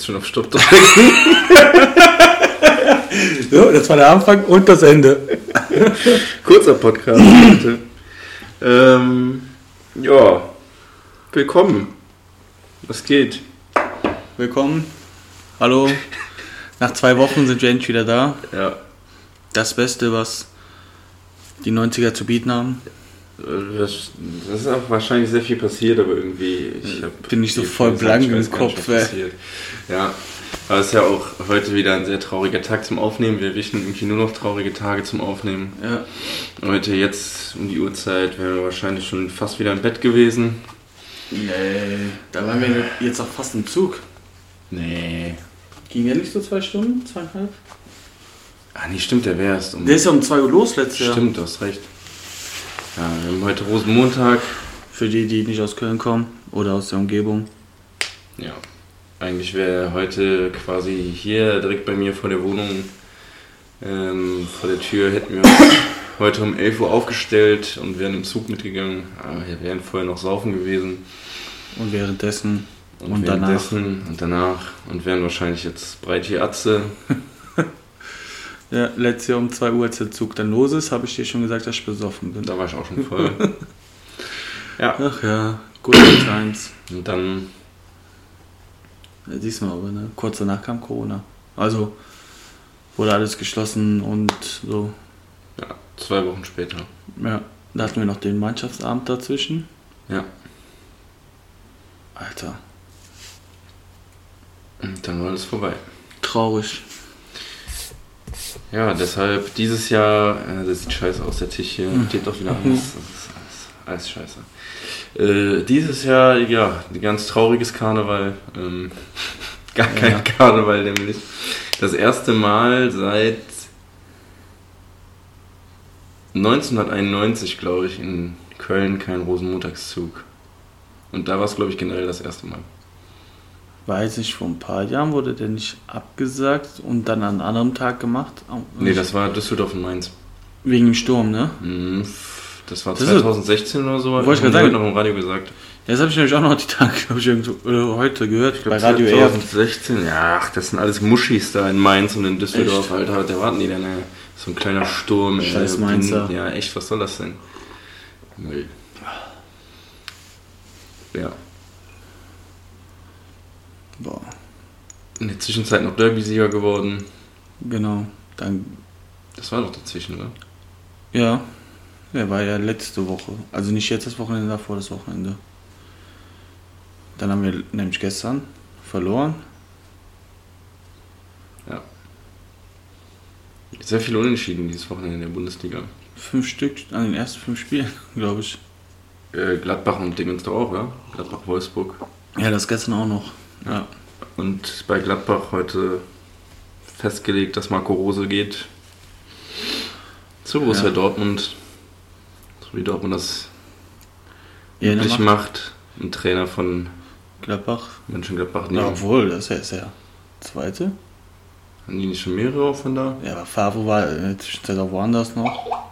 schon auf Stopp drücken. So, das war der Anfang und das Ende. Kurzer Podcast heute. ähm, ja, willkommen. Was geht? Willkommen. Hallo. Nach zwei Wochen sind wir endlich wieder da. Ja, Das Beste, was die 90er zu bieten haben. das, das ist auch wahrscheinlich sehr viel passiert, aber irgendwie. Ich hab Bin ich so viel voll Zeit, blank ich weiß im gar nicht, Kopf, was ey. passiert. Ja, aber es ist ja auch heute wieder ein sehr trauriger Tag zum Aufnehmen. Wir erwischen irgendwie nur noch traurige Tage zum Aufnehmen. Ja. Heute jetzt um die Uhrzeit wären wir wahrscheinlich schon fast wieder im Bett gewesen. Nee, da waren wir jetzt auch fast im Zug. Nee. Ging ja nicht so zwei Stunden, zweieinhalb? Ah, nee, stimmt, der wäre erst um. Der ist ja um zwei Uhr los letztes Jahr. Stimmt, du hast recht. Ja, wir haben heute Rosenmontag. Für die, die nicht aus Köln kommen oder aus der Umgebung. Ja. Eigentlich wäre heute quasi hier direkt bei mir vor der Wohnung, ähm, vor der Tür, hätten wir uns heute um 11 Uhr aufgestellt und wären im Zug mitgegangen. Aber wir wären vorher noch saufen gewesen. Und währenddessen Und, Und danach. währenddessen Und danach. Und wären wahrscheinlich jetzt breit hier Atze. Ja, letztes Jahr um 2 Uhr, als der Zug dann los ist, habe ich dir schon gesagt, dass ich besoffen bin. Da war ich auch schon voll. ja. Ach ja, gute Times. Und dann, Ja, diesmal aber, ne? Kurz danach kam Corona. Also wurde alles geschlossen und so. ja, zwei Wochen später. Ja, da hatten wir noch den Mannschaftsabend dazwischen. Ja. Alter, Und dann war alles vorbei. traurig. Ja, deshalb dieses Jahr, äh, das sieht scheiße aus, der Tisch hier Mhm. steht doch wieder anders. Das ist alles, alles scheiße. Äh, dieses Jahr, ja, ein ganz trauriges Karneval. Ähm, gar kein Ja. Karneval nämlich. Das erste Mal seit 1991, glaube ich, in Köln kein Rosenmontagszug. Und da war es, glaube ich, generell das erste Mal. Weiß ich, vor ein paar Jahren wurde der nicht abgesagt und dann an einem anderen Tag gemacht. Nee, das war Düsseldorf und Mainz. Wegen dem Sturm, ne? Mhm, pff, Das war Das ist- 2016 oder so. Wollte Haben ich gerade die sagen. heute noch im Radio gesagt. Ja, Das habe ich nämlich auch noch die Tage, glaube ich, irgendwo, äh, heute gehört. bei Radio Ehren. 2016. Ja, ach, das sind alles Muschis da in Mainz und in Düsseldorf, Echt? Alter. Da warten die dann, ey. So ein kleiner Sturm. ey. Scheiß Mainzer. Ja, echt, was soll das denn? Müll. Ja. Boah, In der Zwischenzeit noch Derby-Sieger geworden. genau. Dann, Das war doch dazwischen, oder? ja. Der war ja letzte Woche. Also nicht jetzt das Wochenende, davor das Wochenende. Dann haben wir nämlich gestern verloren. Sehr viel Unentschieden dieses Wochenende in der Bundesliga. Fünf Stück an den ersten fünf Spielen, glaube ich. Äh, Gladbach und Dingens doch auch, ja? Gladbach-Wolfsburg. Ja, das gestern auch noch. Ja. Und bei Gladbach heute festgelegt, dass Marco Rose geht zu Borussia Ja. Dortmund. So wie Dortmund das Ja, dann üblich macht macht. Ein Trainer von Gladbach. Mönchengladbach Ja, nehmen. obwohl, das ist ja der zweite. Haben die nicht schon mehrere auch von da? Ja, aber Favre war in der Zwischenzeit auch woanders noch.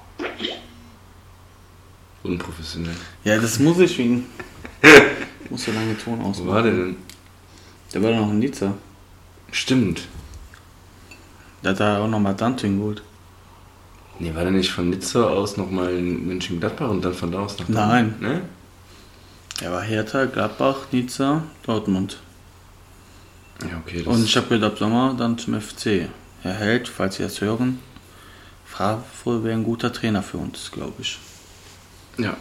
Unprofessionell. Ja, das muss ich wegen. muss so lange Ton Wo ausmachen. war der denn? Der war doch noch in Nizza. Stimmt. Der hat da auch nochmal Dante geholt. Nee, war der nicht von Nizza aus nochmal in Mönchengladbach und dann von da aus nach Nein. Ne? Er war Hertha, Gladbach, Nizza, Dortmund. Ja, okay. Das Und ich habe gehört, ab Sommer dann zum FC. Herr Held, falls Sie das hören, Favre wäre ein guter Trainer für uns, glaube ich. Ja.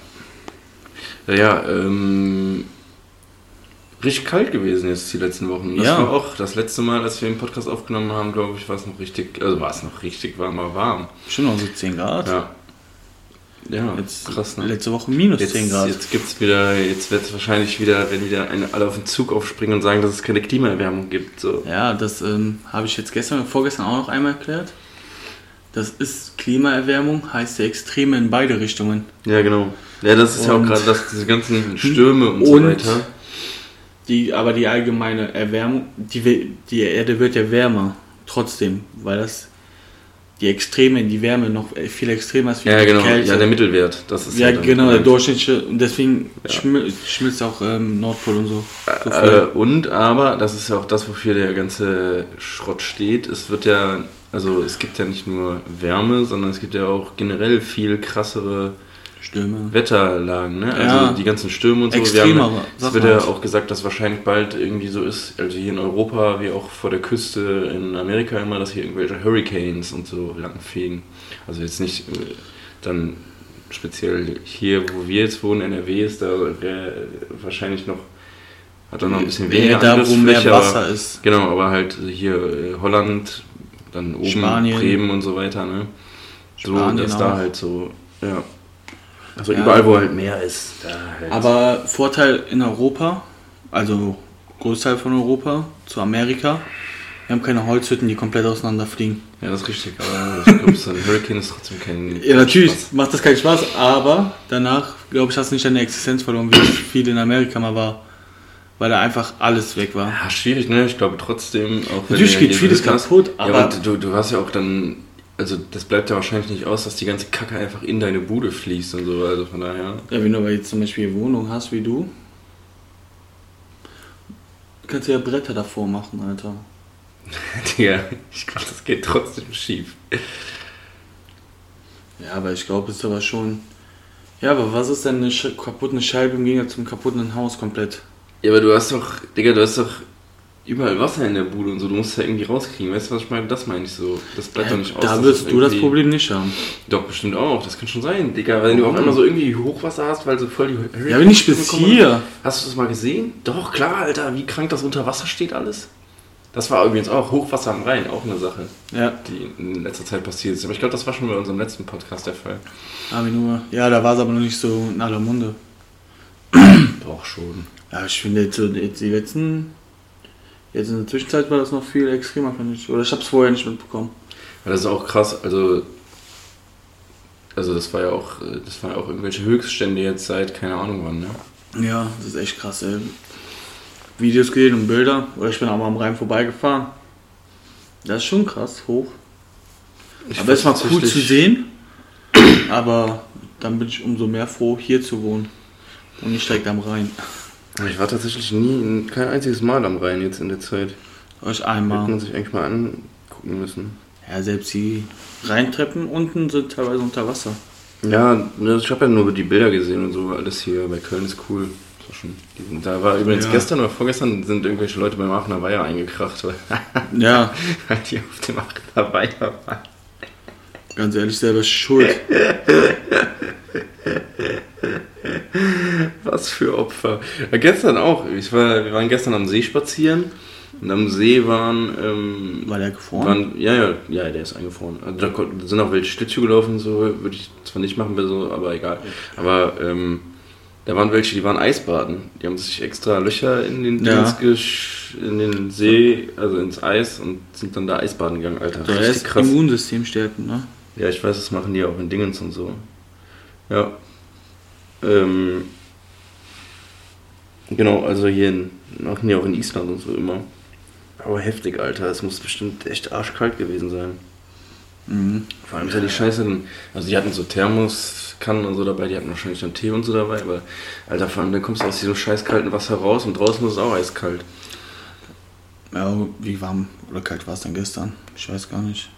Ja, ja ähm, richtig kalt gewesen jetzt die letzten Wochen. Das Ja. war auch das letzte Mal, als wir den Podcast aufgenommen haben, glaube ich, war es noch richtig, also war es noch richtig warm, aber warm. Bestimmt noch so 10 Grad. Ja. Ja, Jetzt, krass, ne? Letzte Woche minus Jetzt, 10 Grad. jetzt gibt's wieder, jetzt wird es wahrscheinlich wieder, wenn wieder eine, alle auf den Zug aufspringen und sagen, dass es keine Klimaerwärmung gibt. So. Ja, das ähm, habe ich jetzt gestern und vorgestern auch noch einmal erklärt. Das ist Klimaerwärmung, heißt ja Extreme in beide Richtungen. Ja, genau. Ja, das ist ja auch Und- gerade das, diese ganzen Stürme und, so Und- weiter. Die, aber die allgemeine Erwärmung, die, we- die Erde wird ja wärmer, trotzdem, weil das die Extreme, die Wärme noch äh, viel extremer als Ja, genau. die Kälte. Ja, der Mittelwert. Das ist Ja, halt dann- genau, der durchschnittliche. Und deswegen Ja. schmil schmilzt auch ähm, Nordpol und so. so Äh, viel. und aber, das ist ja auch das, wofür der ganze Schrott steht, es wird ja, also es gibt ja nicht nur Wärme, sondern es gibt ja auch generell viel krassere Stürme. Wetterlagen, ne? Also Ja. die ganzen Stürme und so. Wir haben, Extremere. es Sachen wird ja halt. auch gesagt, dass wahrscheinlich bald irgendwie so ist, also hier in Europa, wie auch vor der Küste in Amerika immer, dass hier irgendwelche Hurricanes und so langfegen. Also jetzt nicht äh, dann speziell hier, wo wir jetzt wohnen, NRW ist da äh, wahrscheinlich noch, hat da noch ein bisschen weniger Ja, da, wo mehr Angriffsfläche, aber- Wasser ist. Genau, aber halt hier äh, Holland, dann oben Spanien. Bremen und so weiter, ne? So, Spanien dass da auch. halt so, ja. Also Ja. überall, wo halt Meer ist, da halt. Aber Vorteil in Europa, also Großteil von Europa zu Amerika, wir haben keine Holzhütten, die komplett auseinanderfliegen. ja, das ist richtig, aber ich glaube, so ein Hurricane ist trotzdem kein. Ja, natürlich Spaß. macht das keinen Spaß, aber danach, glaube ich, hast du nicht deine Existenz verloren, wie es viel in Amerika mal war, weil da einfach alles weg war. Ja, schwierig, ne? Ich glaube trotzdem, auch wenn Natürlich du geht hier vieles Glück hast- kaputt, ja, aber und du, du hast ja auch dann. Also, das bleibt ja wahrscheinlich nicht aus, dass die ganze Kacke einfach in deine Bude fließt und so, also von daher. ja, wenn du aber jetzt zum Beispiel eine Wohnung hast wie du, kannst du ja Bretter davor machen, Alter. Digga, ich glaube, das geht trotzdem schief. Ja, aber ich glaube, es ist aber schon. Ja, aber was ist denn eine Sch kaputte Scheibe im Gegensatz zum kaputten Haus komplett? Ja, aber du hast doch, Digga, du hast doch überall Wasser in der Bude und so, du musst es ja irgendwie rauskriegen. Weißt du, was ich meine? Das meine ich so. Das bleibt doch nicht aus. da dass wirst du das irgendwie- Problem nicht haben. Doch, bestimmt auch. Das kann schon sein, Digga, weil du auf einmal so irgendwie Hochwasser hast, weil so voll die Hurricanes Ja, aber nicht bis bekommen. hier. Hast du das mal gesehen? Doch, klar, Alter, wie krank das unter Wasser steht alles. Das war übrigens auch Hochwasser am Rhein, auch eine Sache, Ja, die in letzter Zeit passiert ist. Aber ich glaube, das war schon bei unserem letzten Podcast der Fall. Aminur. Ja, da war es aber noch nicht so in aller Munde. Doch, schon. Ja, ich finde jetzt, so- jetzt die letzten. Jetzt in der Zwischenzeit war das noch viel extremer, finde ich. Oder ich habe es vorher nicht mitbekommen. Ja, das ist auch krass, also. Also das war ja auch, äh, das waren ja auch irgendwelche Höchststände jetzt seit keine Ahnung wann, ne? Ja, das ist echt krass, ey. Videos gesehen und Bilder. Oder ich bin auch mal am Rhein vorbeigefahren. Das ist schon krass, hoch. Ich Aber es war fand cool zu tatsächlich- sehen. Aber dann bin ich umso mehr froh, hier zu wohnen. Und nicht direkt am Rhein. Ich war tatsächlich nie, kein einziges Mal am Rhein jetzt in der Zeit. Euch Hätte man einmal. sich eigentlich mal angucken müssen. Ja, selbst die Rheintreppen unten sind teilweise unter Wasser. Ja, ne, ich habe ja nur die Bilder gesehen und so, alles hier bei Köln ist cool. Das war schon- die sind- Da war übrigens Ja. gestern oder vorgestern sind irgendwelche Leute beim Aachener Weiher eingekracht, weil Ja, die auf dem Aachener Weiher waren. ganz ehrlich, selber schuld. Was für Opfer. Ja, gestern auch. Ich war, wir waren gestern am See spazieren und am See waren, ähm, War der gefroren? waren ja, ja, ja, der ist eingefroren. Also da kon- sind auch welche Schlittschuhe gelaufen, so würde ich zwar nicht machen, weil so, aber egal. Aber ähm, da waren welche, die waren Eisbaden. Die haben sich extra Löcher in den, Ja. ins Gesch- in den See, also ins Eis und sind dann da Eisbaden gegangen, Alter. Der Richtig ist krass. Immunsystem stärken, ne? Ja, ich weiß, das machen die auch in Dingens und so. Ja. Ähm, genau, also hier in, machen die auch in Island und so immer. Aber heftig, Alter. Es muss bestimmt echt arschkalt gewesen sein. Mhm. Vor allem ist ja die Scheiße, dann- also die hatten so Thermoskannen und so dabei, die hatten wahrscheinlich dann Tee und so dabei, aber Alter, vor allem dann kommst du aus diesem scheiß kalten Wasser raus und draußen ist es auch eiskalt. Ja, wie warm oder kalt war es denn gestern? Ich weiß gar nicht.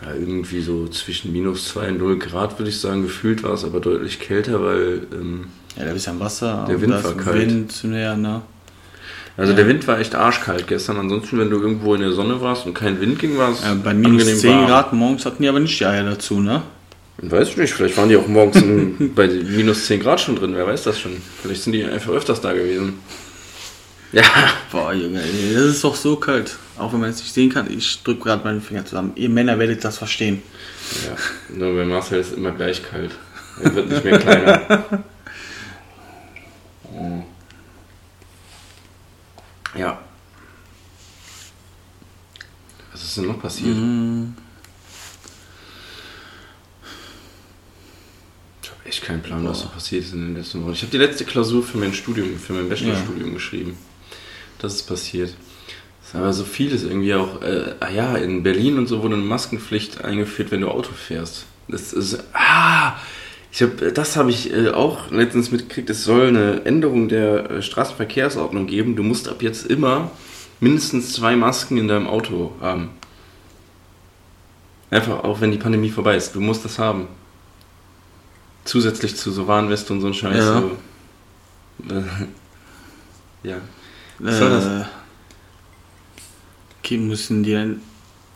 Ja, irgendwie so zwischen minus 2 und 0 Grad, würde ich sagen, gefühlt war es aber deutlich kälter, weil ähm, Ja, da bist ja am Wasser. Der und Wind da ist war kalt. Wind, ja, ne? Also Ja. der Wind war echt arschkalt gestern. Ansonsten, wenn du irgendwo in der Sonne warst und kein Wind ging, war es Ja, bei minus angenehm 10 warm. Grad morgens hatten die aber nicht die Eier dazu, ne? Weißt du nicht, vielleicht waren die auch morgens im, bei minus 10 Grad schon drin, wer weiß das schon. Vielleicht sind die einfach öfters da gewesen. Ja, Boah, Junge, ey, das ist doch so kalt. Auch wenn man es nicht sehen kann, ich drücke gerade meine Finger zusammen. Ihr Männer werdet das verstehen. Ja, nur bei Marcel ist immer gleich kalt. Er wird nicht mehr kleiner. ja. Was ist denn noch Mhm. passiert? Hm, Ich habe echt keinen Plan, was so passiert ist in den letzten Wochen. Ich habe die letzte Klausur für mein Studium, für mein Bachelorstudium geschrieben. Das ist passiert. Das Ist aber so vieles irgendwie auch. Äh, ah ja, in Berlin und so wurde eine Maskenpflicht eingeführt, wenn du Auto fährst. Das ist. Ah! Ich hab, das habe ich äh, auch letztens mitgekriegt. Es soll eine Änderung der äh, Straßenverkehrsordnung geben. Du musst ab jetzt immer mindestens zwei Masken in deinem Auto haben. Einfach auch wenn die Pandemie vorbei ist. Du musst das haben. Zusätzlich zu so Warnweste und so ein Scheiß. Ja. So. Äh, ja. Was soll das? Äh, Okay, müssen die dann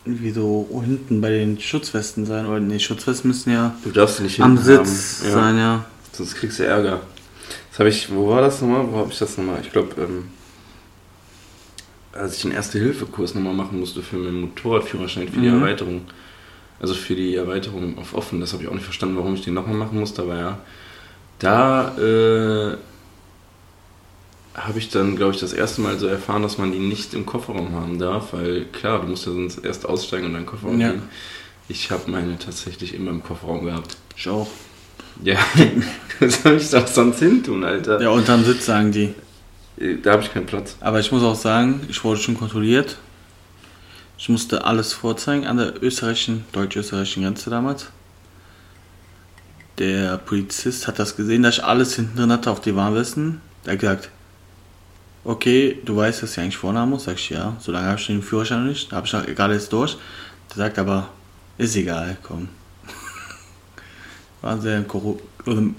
wie so unten bei den Schutzwesten sein? Oder nee, Schutzwesten müssen ja Du darfst sie nicht am hinten Sitz haben. Ja. sein, ja. Sonst kriegst du Ärger. Das habe ich, wo war das nochmal? Wo habe ich das nochmal? Ich glaube, ähm, als ich den Erste-Hilfe-Kurs nochmal machen musste für meinen Motorradführerschein, für die Mhm. Erweiterung. Also für die Erweiterung auf offen. Das habe ich auch nicht verstanden, warum ich den nochmal machen musste, aber ja. Da äh, habe ich dann, glaube ich, das erste Mal so erfahren, dass man die nicht im Kofferraum haben darf, weil klar, du musst ja sonst erst aussteigen und dann in den Kofferraum Ja. gehen. Ich habe meine tatsächlich immer im Kofferraum gehabt. Ich auch. Ja, was soll ich doch sonst hin tun, Alter? Ja, unterm Sitz sagen die. Äh, Da habe ich keinen Platz. Aber ich muss auch sagen, ich wurde schon kontrolliert. Ich musste alles vorzeigen an der österreichischen, deutsch-österreichischen Grenze damals. Der Polizist hat das gesehen, dass ich alles hinten drin hatte auf die Warnwesten. Er hat gesagt, okay, du weißt, dass ich eigentlich vorne haben muss. Sag ich, ja, so lange habe ich den Führerschein noch nicht. Da habe ich noch gerade jetzt durch. Der sagt aber, ist egal, komm. War sehr korrupt,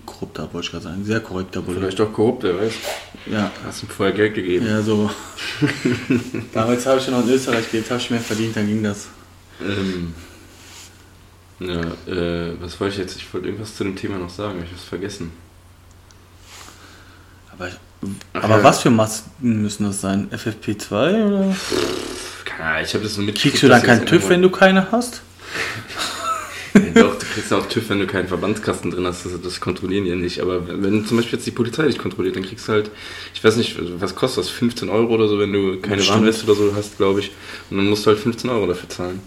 korrupter, wollte ich gerade sagen. Sehr korrekter Polizist. Vielleicht doch korrupt, wer weiß. Ja, Hast ihm vorher Geld gegeben. ja, so. Damals habe ich ja noch in Österreich gelebt, habe ich mehr verdient, dann ging das. Ja, ähm, ja äh, was wollte ich jetzt? Ich wollte irgendwas zu dem Thema noch sagen, ich habe es vergessen. Aber, Ach aber ja. was für Masken müssen das sein? FFP2 oder? Keine Ahnung, ich habe das nur mitgekriegt. Kriegst du dann dass keinen jetzt TÜV, wenn du keine hast? irgendwann- Ja, Doch, du kriegst auch TÜV, wenn du keinen Verbandskasten drin hast. Das, das kontrollieren die ja nicht. Aber wenn, wenn zum Beispiel jetzt die Polizei dich kontrolliert, dann kriegst du halt, ich weiß nicht, was kostet das? 15 Euro oder so, wenn du keine Bestimmt. Warnweste oder so hast, glaube ich. Und dann musst du halt 15 Euro dafür zahlen.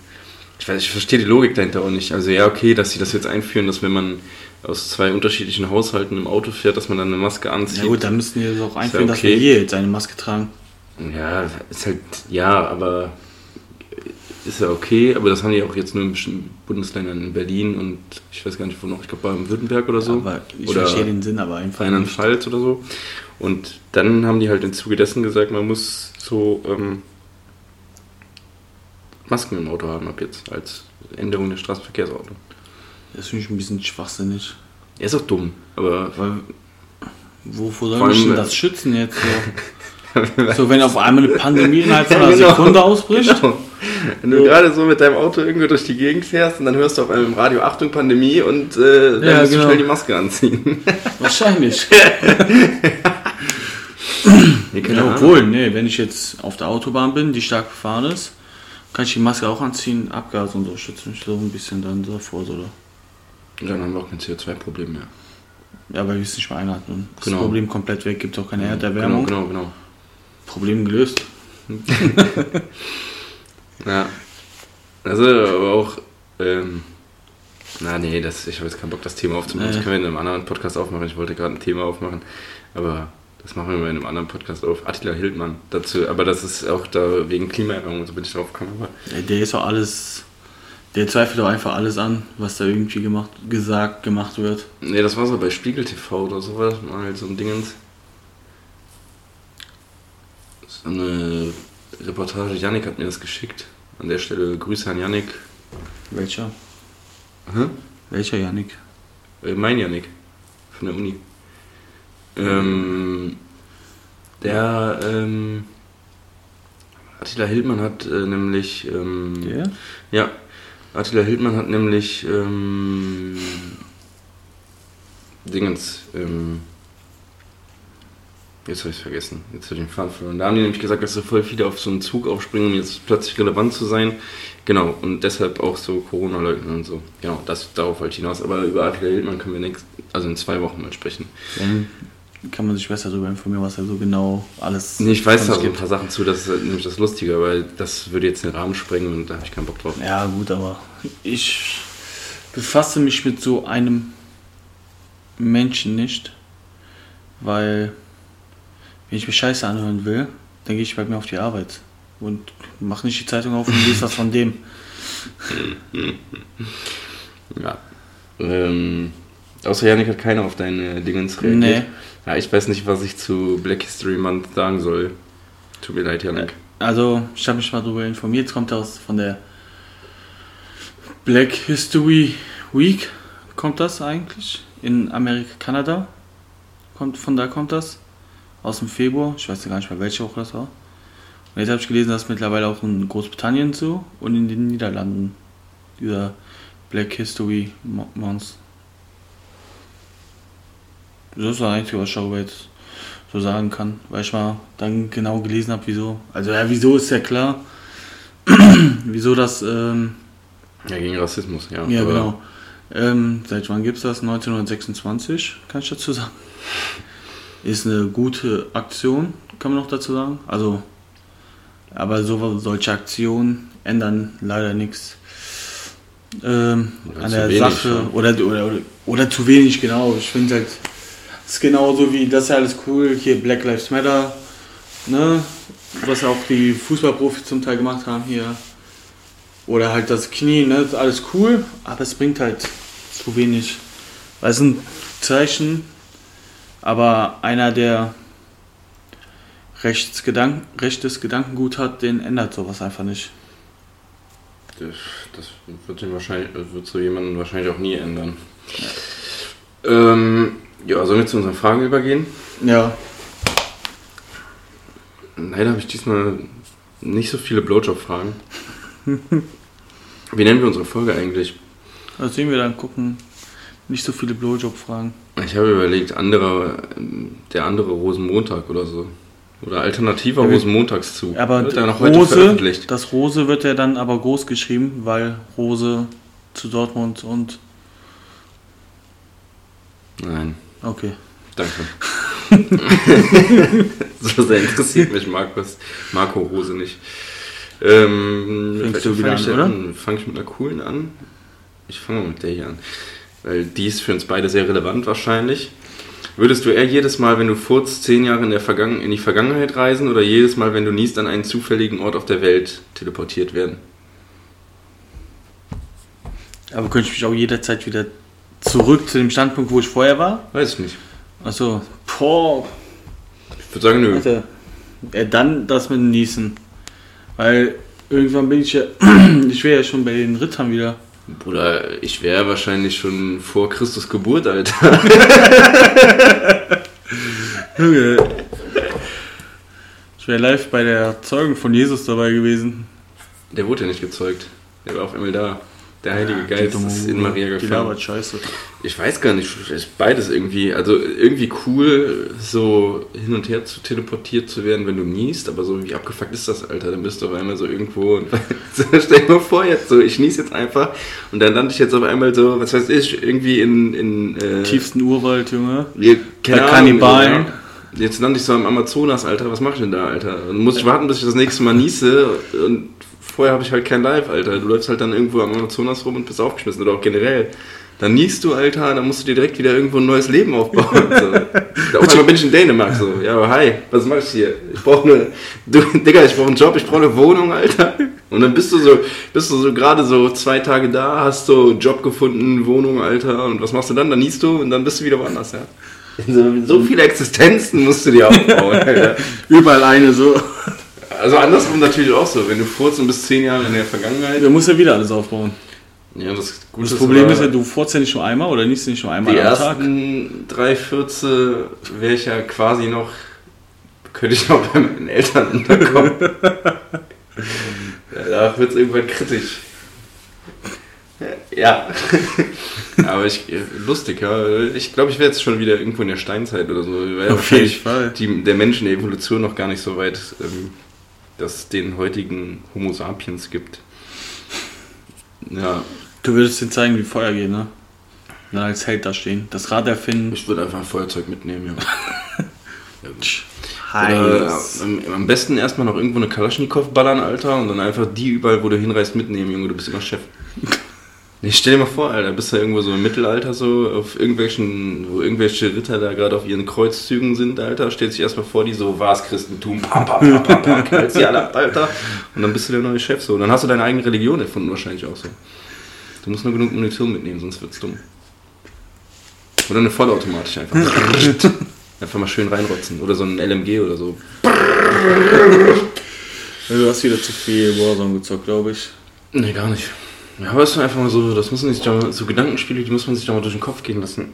Ich weiß, ich verstehe die Logik dahinter auch nicht. Also ja, okay, dass sie das jetzt einführen, dass wenn man aus zwei unterschiedlichen Haushalten im Auto fährt, dass man dann eine Maske anzieht. Ja gut, dann müssen die das auch einführen, dass okay. wir hier jetzt eine Maske tragen. Ja, ist halt, ja, aber ist ja okay, aber das haben die auch jetzt nur in bestimmten Bundesländern, in Berlin und ich weiß gar nicht wo noch, ich glaube Baden-Württemberg oder so. aber ich oder verstehe den Sinn, aber einfach nicht. Rheinland-Pfalz oder so. Und dann haben die halt im Zuge dessen gesagt, man muss so ähm, Masken im Auto haben ab jetzt, als Änderung der Straßenverkehrsordnung. Das finde ich ein bisschen schwachsinnig. Er ist auch dumm, aber Weil, wovor Vor soll ich allem, denn äh, das schützen jetzt? So, so wenn auf einmal eine Pandemie innerhalb von einer Sekunde ausbricht? Genau. Wenn du So. gerade so mit deinem Auto irgendwo durch die Gegend fährst und dann hörst du auf einmal im Radio Achtung Pandemie und äh, dann Ja, musst genau. du schnell die Maske anziehen. Wahrscheinlich. Nee, keine Ja, genau, Ahnung. obwohl, nee, wenn ich jetzt auf der Autobahn bin, die stark befahren ist, kann ich die Maske auch anziehen, Abgas und so, schützt mich so ein bisschen dann davor, so, oder? Dann haben wir auch kein CO2-Problem mehr. Ja, weil wir es nicht mehr einatmen. Das Genau. Problem komplett weg, gibt auch keine Genau, Erderwärmung. genau, genau. Problem gelöst. genau. Ja. Also aber auch, ähm, na nee, das, ich habe jetzt keinen Bock, das Thema aufzumachen. Nee. Das können wir in einem anderen Podcast aufmachen. Ich wollte gerade ein Thema aufmachen, aber das machen wir mal in einem anderen Podcast auf. Attila Hildmann dazu, aber das ist auch da wegen Klimaerwärmung, so bin ich drauf gekommen. Aber Ja, Der ist auch alles, der zweifelt auch einfach alles an, was da irgendwie gemacht, gesagt, gemacht wird. Nee, das war so bei Spiegel TV oder so, war das mal so ein Dingens. So eine Reportage, Yannick hat mir das geschickt. An der Stelle Grüße an Yannick. Welcher? Hä? Welcher, Janik? Äh, mein Yannick. Von der Uni. Ähm, der, ähm, Attila Hildmann hat äh, nämlich, ähm, Der? ja, Attila Hildmann hat nämlich ähm, Dingens. Ähm, jetzt habe ich es vergessen. Jetzt habe ich den Faden verloren. Da haben die nämlich gesagt, dass so voll viele auf so einen Zug aufspringen, um jetzt plötzlich relevant zu sein. Genau, und deshalb auch so Corona-Leugner und so. Genau, das, darauf wollte ich hinaus. Aber über Attila Hildmann können wir nächst, also in zwei Wochen mal sprechen. Dann kann man sich besser darüber informieren, was er so genau alles. Nee, ich weiß von da sich so ein gibt. paar Sachen zu, das ist halt nämlich das Lustige, aber das würde jetzt den Rahmen sprengen und da habe ich keinen Bock drauf. Ja, gut, aber ich befasse mich mit so einem Menschen nicht, weil wenn ich mir Scheiße anhören will, dann gehe ich bei mir auf die Arbeit. und mach nicht die Zeitung auf und liest was von dem. Ja. Ähm, außer Janik hat keiner auf deine Dingens reagiert. Nee. Ja, ich weiß nicht, was ich zu Black History Month sagen soll. Tut mir leid, Janik. Also, ich habe mich mal darüber informiert. Es kommt aus von der Black History Week. Kommt das eigentlich? In Amerika, Kanada. Kommt, von da kommt das. Aus dem Februar. Ich weiß ja gar nicht mehr, welche Woche das war. Und jetzt habe ich gelesen, dass mittlerweile auch in Großbritannien so und in den Niederlanden dieser Black History Mo- Month. Das ist das Einzige, was ich darüber jetzt so sagen kann, weil ich mal dann genau gelesen habe, wieso. Also ja, wieso ist ja klar, wieso das, ähm, Ja, gegen Rassismus, ja. ja aber- genau, ähm, seit wann gibt es das? 1926, kann ich dazu sagen. Ist eine gute Aktion, kann man noch dazu sagen. Also, aber so, solche Aktionen ändern leider nichts ähm, Oder an zu der wenig, Sache ja. oder, oder, oder, oder zu wenig, genau. Ich finde halt, es ist genauso wie, das ist ja alles cool, hier Black Lives Matter, ne? was auch die Fußballprofis zum Teil gemacht haben hier. Oder halt das Knie, ne? ist alles cool, aber es bringt halt zu wenig. Weil es sind Zeichen, aber einer, der rechts Gedank rechtes Gedankengut hat, den ändert sowas einfach nicht. Das, das wird, ihn wahrscheinlich, das wird so jemanden wahrscheinlich auch nie ändern. Ähm, ja, sollen wir zu unseren Fragen übergehen? Ja, Leider habe ich diesmal nicht so viele Blowjob-Fragen. Wie nennen wir unsere Folge eigentlich? das sehen wir dann, gucken. Nicht so viele Blowjob-Fragen. Ich habe überlegt, andere, ähm, der andere Rosenmontag oder so. Oder alternativer Ja, wir- Rosenmontagszug. Aber Wird ja noch heute Rose, veröffentlicht. das Rose wird ja dann aber groß geschrieben, weil Rose zu Dortmund und. Nein, Okay. danke. so sehr interessiert mich Markus, Marco Rose nicht. Ähm, Fängst mit du welcher wieder fang ich an, denn oder? Fange ich mit einer coolen an? Ich fange mal mit der hier an. Weil die ist für uns beide sehr relevant wahrscheinlich. Würdest du eher jedes Mal, wenn du furzt, zehn Jahre in, der Vergangen in die Vergangenheit reisen oder jedes Mal, wenn du niest, an einen zufälligen Ort auf der Welt teleportiert werden? Aber könnte ich mich auch jederzeit wieder zurück zu dem Standpunkt, wo ich vorher war? Weiß ich nicht. Achso. Boah, Ich würde sagen, nö. Alter. Ja, dann das mit dem Niesen. Weil irgendwann bin ich ja. ich wäre ja schon bei den Rittern wieder. Bruder, ich wäre wahrscheinlich schon vor Christus Geburt, Alter. Junge. Ich wäre live bei der Zeugung von Jesus dabei gewesen. Der wurde ja nicht gezeugt. Der war auf einmal da. Der Heilige Ja, Geist Ah, die ist dumme in Maria Hure. Die gefallen. labert scheiße. Ich weiß gar nicht, ist beides irgendwie, also irgendwie cool, so hin und her zu teleportiert zu werden, wenn du niest, aber so wie abgefuckt ist das, Alter? Dann bist du auf einmal so irgendwo und so, stell dir mal vor jetzt so, ich nies jetzt einfach und dann lande ich jetzt auf einmal so, was weiß ich, irgendwie in, in äh, Tiefsten Urwald, Junge. Ja, keine Bei Ahnung, Kannibalen. Alter. Jetzt lande ich so am Amazonas, Alter. Was mach ich denn da, Alter? Dann muss ich warten, bis ich das nächste Mal niese. Und vorher habe ich halt kein Live, Alter. Du läufst halt dann irgendwo am Amazonas rum und bist aufgeschmissen. Oder auch generell. Dann niest du, Alter, dann musst du dir direkt wieder irgendwo ein neues Leben aufbauen. So. Auf einmal bin ich in Dänemark so. Ja, aber hi, was mach ich hier? Ich brauche eine. Du, Digga, ich brauche einen Job, ich brauche eine Wohnung, Alter. Und dann bist du so, bist du so gerade so zwei Tage da, hast so Job gefunden, Wohnung, Alter. Und was machst du dann? Dann niest du und dann bist du wieder woanders, ja. So, so viele Existenzen musst du dir aufbauen. Alter. Überall eine so. also andersrum natürlich auch so, wenn du furzt und bist zehn Jahre in der Vergangenheit. Du musst ja wieder alles aufbauen. Ja, das, Gute Das Problem aber, ist ja, du furzt ja nicht nur einmal oder niest ja nicht nur einmal die am Tag. ersten drei Fürze wäre ich ja quasi noch, könnte ich noch bei meinen Eltern unterkommen. Ja, da wird es irgendwann kritisch. Ja. Aber ich, lustig, ja. Ich glaube, ich wäre jetzt schon wieder irgendwo in der Steinzeit oder so. Wär ja Auf jeden wahrscheinlich Fall. die, der Menschen der Evolution noch gar nicht so weit, ähm, dass es den heutigen Homo sapiens gibt. Ja, Du würdest denen zeigen, wie Feuer geht, ne? Und dann als Held da stehen. Das Rad erfinden. ich würde einfach ein Feuerzeug mitnehmen, ja. Oder Heiß. am, am besten erstmal noch irgendwo eine Kalaschnikow ballern, Alter, und dann einfach die überall, wo du hinreist, mitnehmen, Junge, du bist immer Chef. Nee, stell dir mal vor, Alter, bist du irgendwo so im Mittelalter so, auf irgendwelchen, wo irgendwelche Ritter da gerade auf ihren Kreuzzügen sind, Alter, stellst dich erstmal vor, die so, war's Christentum, pam, pam, pam, pam, pam, knallst die alle ab, Alter, und dann bist du der neue Chef so, und dann hast du deine eigene Religion erfunden wahrscheinlich auch so. Du musst nur genug Munition mitnehmen, sonst wird's dumm. Oder eine vollautomatisch einfach. einfach mal schön reinrotzen, oder so ein LMG oder so. Äh, Du hast wieder zu viel Warzone gezockt, glaube ich. Nee, gar nicht. Ja, aber es ist einfach mal so, das müssen sich doch mal, so Gedankenspiele, die muss man sich doch mal durch den Kopf gehen lassen.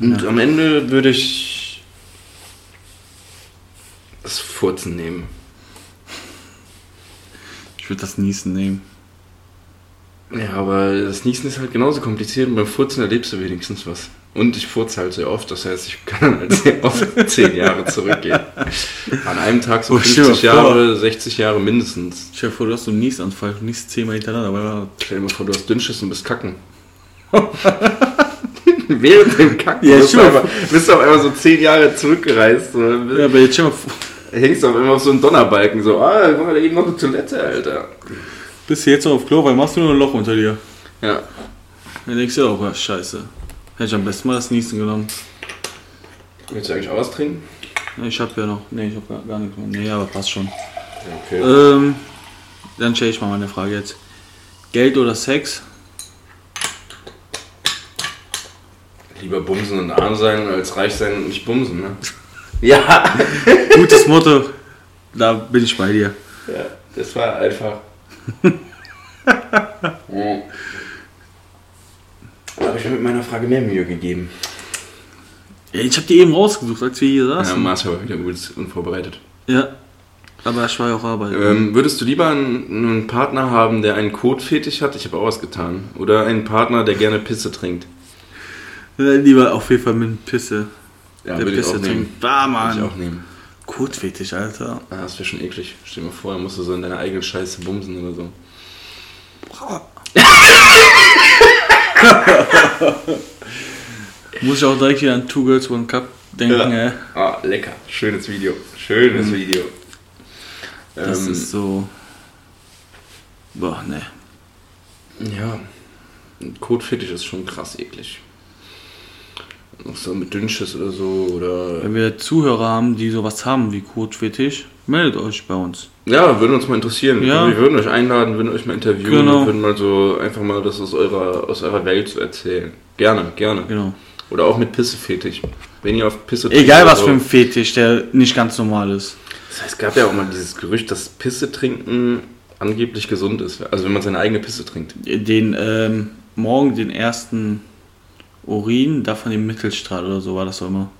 Und am Ende würde ich das Furzen nehmen. Ich würde das Niesen nehmen. Ja, aber das Niesen ist halt genauso kompliziert und beim Furzen erlebst du wenigstens was. Und ich furze halt sehr oft, das heißt, ich kann halt sehr oft zehn Jahre zurückgehen. An einem Tag so Oh, stell dir 50 mal vor. Jahre, 60 Jahre mindestens. Ich dir vor, du hast so einen Niesanfall, du niest zehnmal hintereinander, aber Stell dir mal vor, du hast Dünnschiss und bist kacken. Während dem Kacken Ja, bist, du stimmt. aber, bist du auf einmal so zehn Jahre zurückgereist. Und ja, aber jetzt stell mal vor, Hängst du auf einmal auf so einen Donnerbalken. So, ah, guck mal, da geht noch eine Toilette, Alter. bist du jetzt noch auf Klo, weil machst du nur ein Loch unter dir. Ja. Dann denkst du auch, ja, scheiße. Hätte ich am besten mal das Niesen genommen. Willst du eigentlich auch was trinken? Ja, Ich hab ja noch, nee, ich hab gar, gar nichts mehr. Nee, aber passt schon. Okay. Ähm, dann stelle ich mal meine Frage jetzt. Geld oder Sex? Lieber bumsen und arm sein, als reich sein und nicht bumsen, ne? Ja. Gutes Motto. Da bin ich bei dir. ja das war einfach. Ja. Da habe ich mir mit meiner Frage mehr Mühe gegeben. Ja, Ich habe die eben rausgesucht, als wir hier Ja, saßen. Mars war wieder gut unvorbereitet. Ja. Aber ich war ja auch arbeiten. Ähm, würdest du lieber einen, einen Partner haben, der einen Kotfetisch hat? Ich habe auch was getan. Oder einen Partner, der gerne Pisse trinkt? Äh, Lieber auf jeden Fall mit Pisse. Ja, Der würde ich auch Pisse nehmen. trinkt. Da, Würde ich Mann. auch nehmen. Kotfetisch, Alter. Ah, das wäre schon eklig. Stell dir mal vor, dann musst du so in deiner eigenen Scheiße bumsen oder so. Muss ich auch direkt wieder an Two Girls One Cup denken, Ja. Mhm. ey. Ah, lecker. Schönes Video. Schönes Video. Das ähm, ist so. Boah, ne. Ja. Ein Kotfetisch ist schon krass eklig. Noch so mit Dünnschiss oder so oder. Wenn wir Zuhörer haben, die sowas haben wie Kotfetisch, meldet euch bei uns. Ja, würde uns mal interessieren. Ja. Wir würden euch einladen, würden euch mal interviewen Genau. und würden mal so einfach mal das aus eurer, aus eurer Welt so erzählen. Gerne, gerne. Genau. Oder auch mit Pissefetisch. Wenn ihr auf Pisse Egal oder was so. für ein Fetisch, der nicht ganz normal ist. Das heißt, es gab ja auch mal dieses Gerücht, dass Pisse trinken angeblich gesund ist. Also wenn man seine eigene Pisse trinkt. Den ähm, morgen den ersten Urin, davon den Mittelstrahl oder so war das doch immer.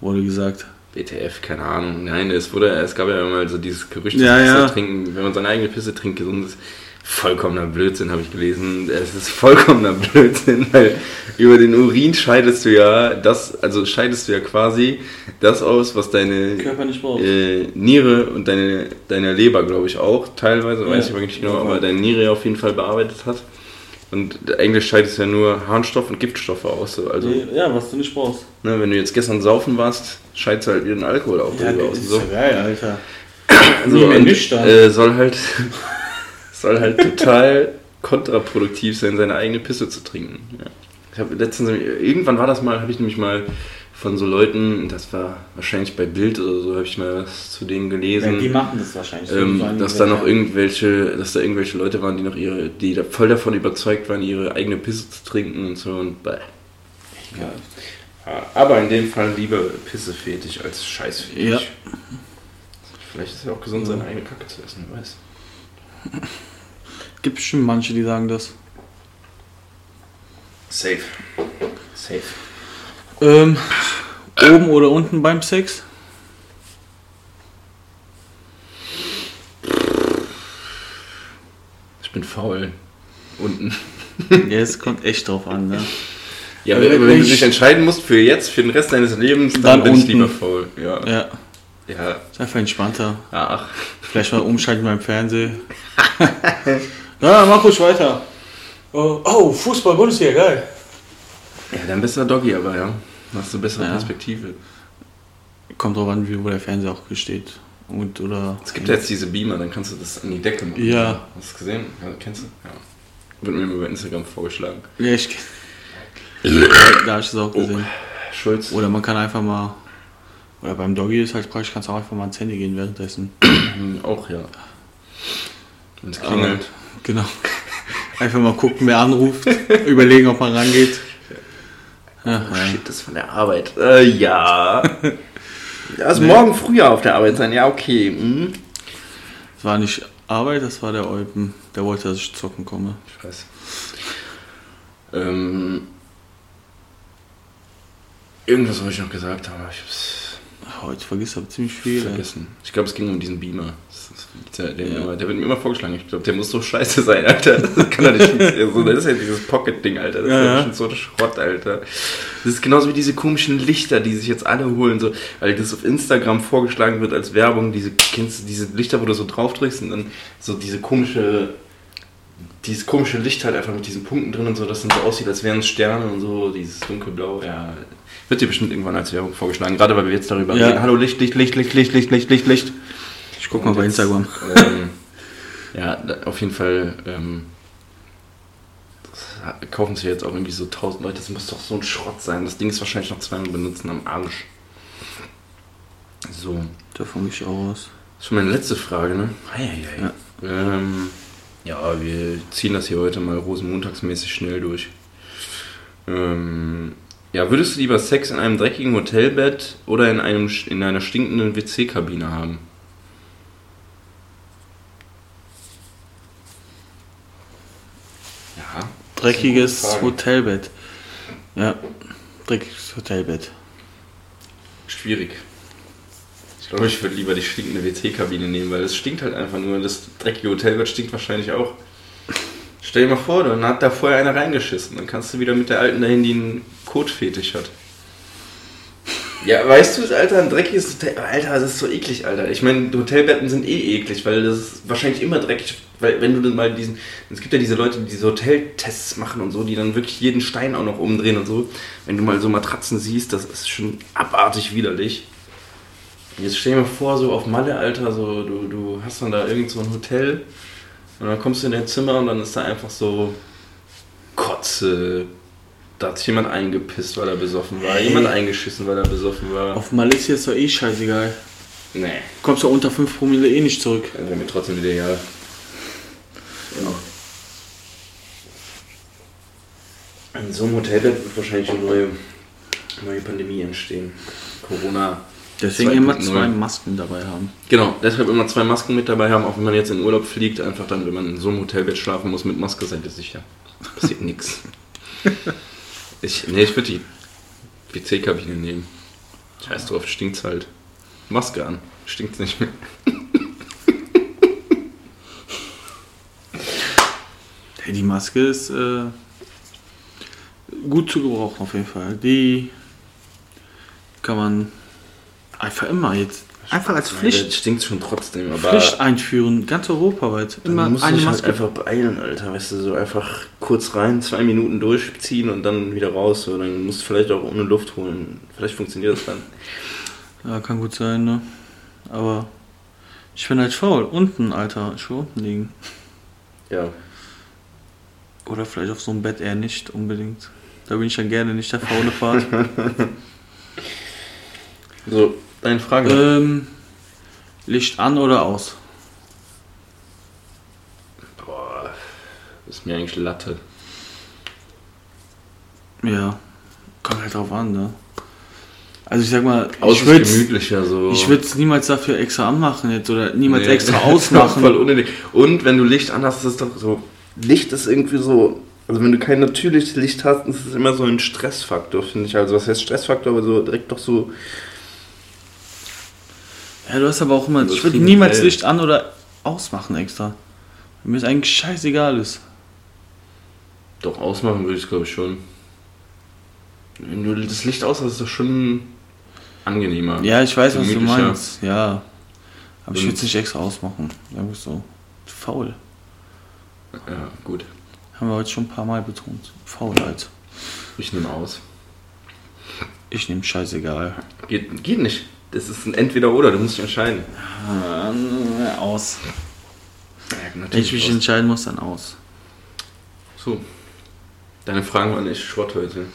Wurde gesagt. BTF, keine Ahnung. Nein, es wurde, es gab ja immer so dieses Gerücht, dass Ja, Pisse ja. trinken, wenn man seine eigene Pisse trinkt, gesund ist. Vollkommener Blödsinn, habe ich gelesen. Es ist vollkommener Blödsinn, weil über den Urin scheidest du ja das, also scheidest du ja quasi das aus, was deine Körper nicht braucht. äh, Niere und deine, deine Leber, glaube ich, auch teilweise, weiß ich aber nicht genau, aber deine Niere auf jeden Fall bearbeitet hat. Und eigentlich scheidest du ja nur Harnstoff und Giftstoffe aus. so. Also, Ja, was du nicht brauchst. ne, wenn du jetzt gestern saufen warst, scheidest du halt wieder den Alkohol auf der Ja, Leber aus. das und ist So. ja geil, Alter. nie Also, mehr und, nüchtern. äh, soll halt soll halt total kontraproduktiv sein, seine eigene Pisse zu trinken. Ja. Ich habe letztens irgendwann war das mal, habe ich nämlich mal von so Leuten, das war wahrscheinlich bei Bild oder so, habe ich mal was zu denen gelesen. machen das wahrscheinlich. Ähm, dass da noch irgendwelche, dass da irgendwelche Leute waren, die noch ihre, die da voll davon überzeugt waren, ihre eigene Pisse zu trinken und so und bäh. Aber in dem Fall lieber Pissefetisch als Scheißfetisch. Ja. Vielleicht ist ja auch gesund, seine eigene Kacke zu essen, wer weiß. Gibt bestimmt manche, die sagen das. Safe. Safe. Ähm, oben oder unten beim Sex? Ich bin faul. Unten. Ja, es kommt echt drauf an, ne? Ja, Ja, wenn, wenn wenn du ich- dich entscheiden musst für jetzt, für den Rest deines Lebens, dann, Dann bin ich unten. lieber faul. Ja. Ja, Ja. ist einfach entspannter. Ach. Vielleicht mal umschalten beim Fernsehen. ja, mach ruhig weiter. Oh, oh, Fußball, Bundesliga, geil. Ja, dann bist du Doggy, aber ja. Hast du bessere Ja. Perspektive. Kommt drauf an, wie, wo der Fernseher auch steht. Und, oder Es gibt ja jetzt diese Beamer, dann kannst du das an die Decke machen. Ja. Hast du es gesehen? Ja, kennst du? Ja. Wird mir immer über Instagram vorgeschlagen. Ja, ich Da hast du es auch gesehen. Schulz. Oder man kann einfach mal. Oder beim Doggy ist halt praktisch, kannst du auch einfach mal ans Handy gehen währenddessen. Mhm, Auch, ja. Und es klingelt. Genau. Einfach mal gucken, wer anruft, überlegen, ob man rangeht. Ja, Oh, shit, das ist von der Arbeit. Äh, ja. Also morgen früher auf der Arbeit sein, ja, okay. mhm. das war nicht Arbeit, das war der Eupen. Der wollte, dass ich zocken komme. Ich weiß. Ähm, irgendwas wollte ich noch gesagt haben, aber ich hab's Heute vergisst aber ziemlich viel. ey. vergessen. Ich glaube, es ging um diesen Beamer. Das ist, der, der, Ja. immer, der wird mir immer vorgeschlagen. Ich glaube, der muss so scheiße sein, Alter. Das kann doch nicht. Also, das ist ja dieses Pocket-Ding, Alter. Das Ja, ist ja. ja schon so ein Schrott, Alter. Das ist genauso wie diese komischen Lichter, die sich jetzt alle holen. So, weil das auf Instagram vorgeschlagen wird als Werbung. Diese, kennst du diese Lichter, wo du so drauf drückst und dann so diese komische dieses komische Licht halt einfach mit diesen Punkten drin und so, das dann so aussieht, als wären es Sterne und so, dieses dunkelblau, ja. Wird dir bestimmt irgendwann als Werbung vorgeschlagen, gerade weil wir jetzt darüber Ja. reden. Hallo Licht, Licht, Licht, Licht, Licht, Licht, Licht, Licht, Licht. Ich guck mal bei Instagram. Ähm, ja, da- auf jeden Fall ähm, das ha- kaufen sich jetzt auch irgendwie so 1000 Leute. Das muss doch so ein Schrott sein. Das Ding ist wahrscheinlich noch zweimal benutzen am Arsch. So. Davon gehe ich auch aus. Das ist schon meine letzte Frage, ne? Ja. Ja. Ähm, ja, wir ziehen das hier heute mal rosenmontagsmäßig schnell durch. Ähm, ja, würdest du lieber Sex in einem dreckigen Hotelbett oder in, einem, sch- in einer stinkenden WC-Kabine haben? Ja. Dreckiges Frage. Hotelbett. Ja, dreckiges Hotelbett. Schwierig. Ich glaube, ich würde lieber die stinkende WC-Kabine nehmen, weil es stinkt halt einfach nur. Das dreckige Hotelbett stinkt wahrscheinlich auch. Stell dir mal vor, dann hat da vorher einer reingeschissen. Dann kannst du wieder mit der Alten dahin, die einen Kotfetisch hat. Ja, weißt du, Alter, ein dreckiges Hotel. Alter, das ist so eklig, Alter. Ich meine, Hotelbetten sind eh eklig, weil das ist wahrscheinlich immer dreckig. Weil, wenn du dann mal diesen. Es gibt ja diese Leute, die diese Hoteltests machen und so, die dann wirklich jeden Stein auch noch umdrehen und so. Wenn du mal so Matratzen siehst, das ist schon abartig widerlich. Jetzt stell dir mal vor, so auf Malle, Alter, so, du, du hast dann da irgend so ein Hotel und dann kommst du in dein Zimmer und dann ist da einfach so Kotze. Da hat sich jemand eingepisst, weil er besoffen war. Hey. Jemand eingeschissen, weil er besoffen war. Auf Malaysia ist doch eh scheißegal. Nee, Kommst du unter 5 Promille eh nicht zurück. dann wäre mir trotzdem wieder egal. Genau. In so einem Hotelbett wird wahrscheinlich eine neue, neue Pandemie entstehen. Corona. Deswegen immer 2.0. zwei Masken dabei haben. Genau, deshalb immer zwei Masken mit dabei haben, auch wenn man jetzt in Urlaub fliegt, einfach dann, wenn man in so einem Hotelbett schlafen muss, mit Maske seid ihr sicher. Passiert nix. Ich, nee, ich würde die WC-Kabine nehmen. Scheiß drauf, stinkt's halt. Maske an, stinkt's nicht mehr. Hey, die Maske ist äh, gut zu gebrauchen auf jeden Fall. Die kann man einfach immer jetzt einfach als Nein, Pflicht, stinkt's schon trotzdem, aber. Pflicht einführen, ganz europaweit. Immer Man muss eine sich Maske. halt einfach beeilen, Alter. Weißt du, so einfach kurz rein, zwei Minuten durchziehen und dann wieder raus. So, dann musst du vielleicht auch ohne Luft holen. Vielleicht funktioniert das dann. ja, kann gut sein, ne? Aber ich bin halt faul. Unten, Alter, schon unten liegen. Ja. Oder vielleicht auf so einem Bett eher nicht unbedingt. Da bin ich dann gerne nicht der faule Part. So, deine Frage. ähm, Licht an oder aus? Boah, ist mir eigentlich Latte. Ja, kommt halt drauf an, ne? Also ich sag mal, Außen ich ist würd's- gemütlicher so. Ich würde es niemals dafür extra anmachen jetzt oder niemals Nee. extra Voll ausmachen. unnötig. Und wenn du Licht anhast, ist es doch so. Licht ist irgendwie so. Also wenn du kein natürliches Licht hast, ist es immer so ein Stressfaktor, finde ich. Also was heißt Stressfaktor, aber so direkt doch so. Ja, du hast aber auch immer. Das Ich würde kriegen niemals wir Licht an oder ausmachen extra. Mir ist eigentlich scheißegal ist. Doch, ausmachen würde ich es, glaube ich, schon. Wenn du das Licht aus hast, ist das schon angenehmer. Ja, ich weiß, was du Gemütlicher. meinst. Ja. Aber ich Und- würde es nicht extra ausmachen. Irgendwie so. Faul. Ja, gut. Haben wir heute schon ein paar Mal betont. Faul halt. Ich nehme aus. Ich nehme scheißegal. Geht, geht nicht. Das ist ein Entweder-Oder, du musst dich entscheiden. Äh, aus. Ja, Wenn ich mich aus. entscheiden muss, dann aus. So. Deine Fragen waren echt Schrott heute.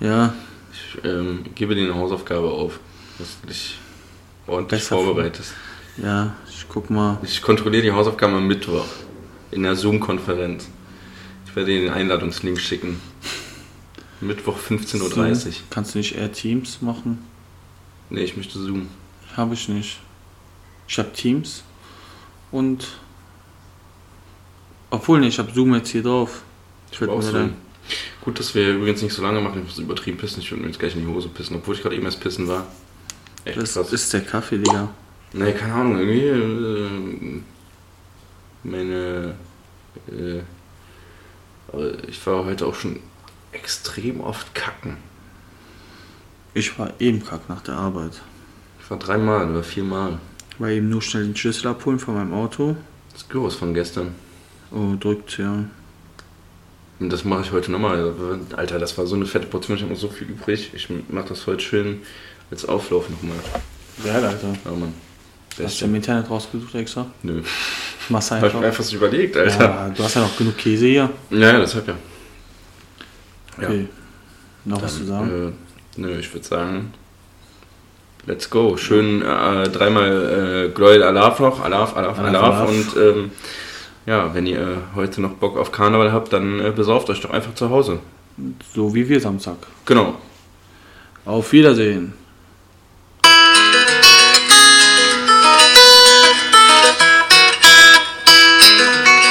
Ja, Ich ähm, gebe dir eine Hausaufgabe auf, dass du dich ordentlich Besser vorbereitest. ja, ich guck mal. Ich kontrolliere die Hausaufgaben am Mittwoch in der Zoom-Konferenz. Ich werde dir den Einladungslink schicken. Mittwoch 15.30 Uhr. Zoom. Kannst du nicht eher Teams machen? Nee, ich möchte Zoom. Habe ich nicht. Ich habe Teams und. Obwohl, ne, ich habe Zoom jetzt hier drauf. Ich Auch Zoom. Gut, dass wir übrigens nicht so lange machen. Ich muss übertrieben pissen. Ich würde mir jetzt gleich in die Hose pissen, obwohl ich gerade eben erst pissen war. Echt Das krass. ist der Kaffee, Digga. Nee, keine Ahnung, irgendwie. Äh, meine. Äh, aber ich war heute auch schon extrem oft kacken. Ich war eben kack nach der Arbeit. Ich war dreimal oder viermal. War eben nur schnell den Schlüssel abholen von meinem Auto. Das Gyros von gestern. Oh, drückt, ja. Und das mache ich heute nochmal. Alter, das war so eine fette Portion, ich habe noch so viel übrig. Ich mache das heute schön als Auflauf nochmal. Geil, Alter. Oh Mann. Hast du im Internet rausgesucht extra? Nö. Machst Hab ich einfach. mir einfach so überlegt, Alter. Ja, du hast ja noch genug Käse hier. Ja, ja, deshalb ja. Ja. Okay. Noch was zu sagen? Äh, nö, ich würde sagen, let's go. Schön äh, dreimal äh, Gloil Alaf noch, Alaf, Alaf, Alaf, Alaf. Alaf. Und ähm, ja, wenn ihr äh, heute noch Bock auf Karneval habt, dann äh, besauft euch doch einfach zu Hause. So wie wir Samstag. Genau. Auf Wiedersehen.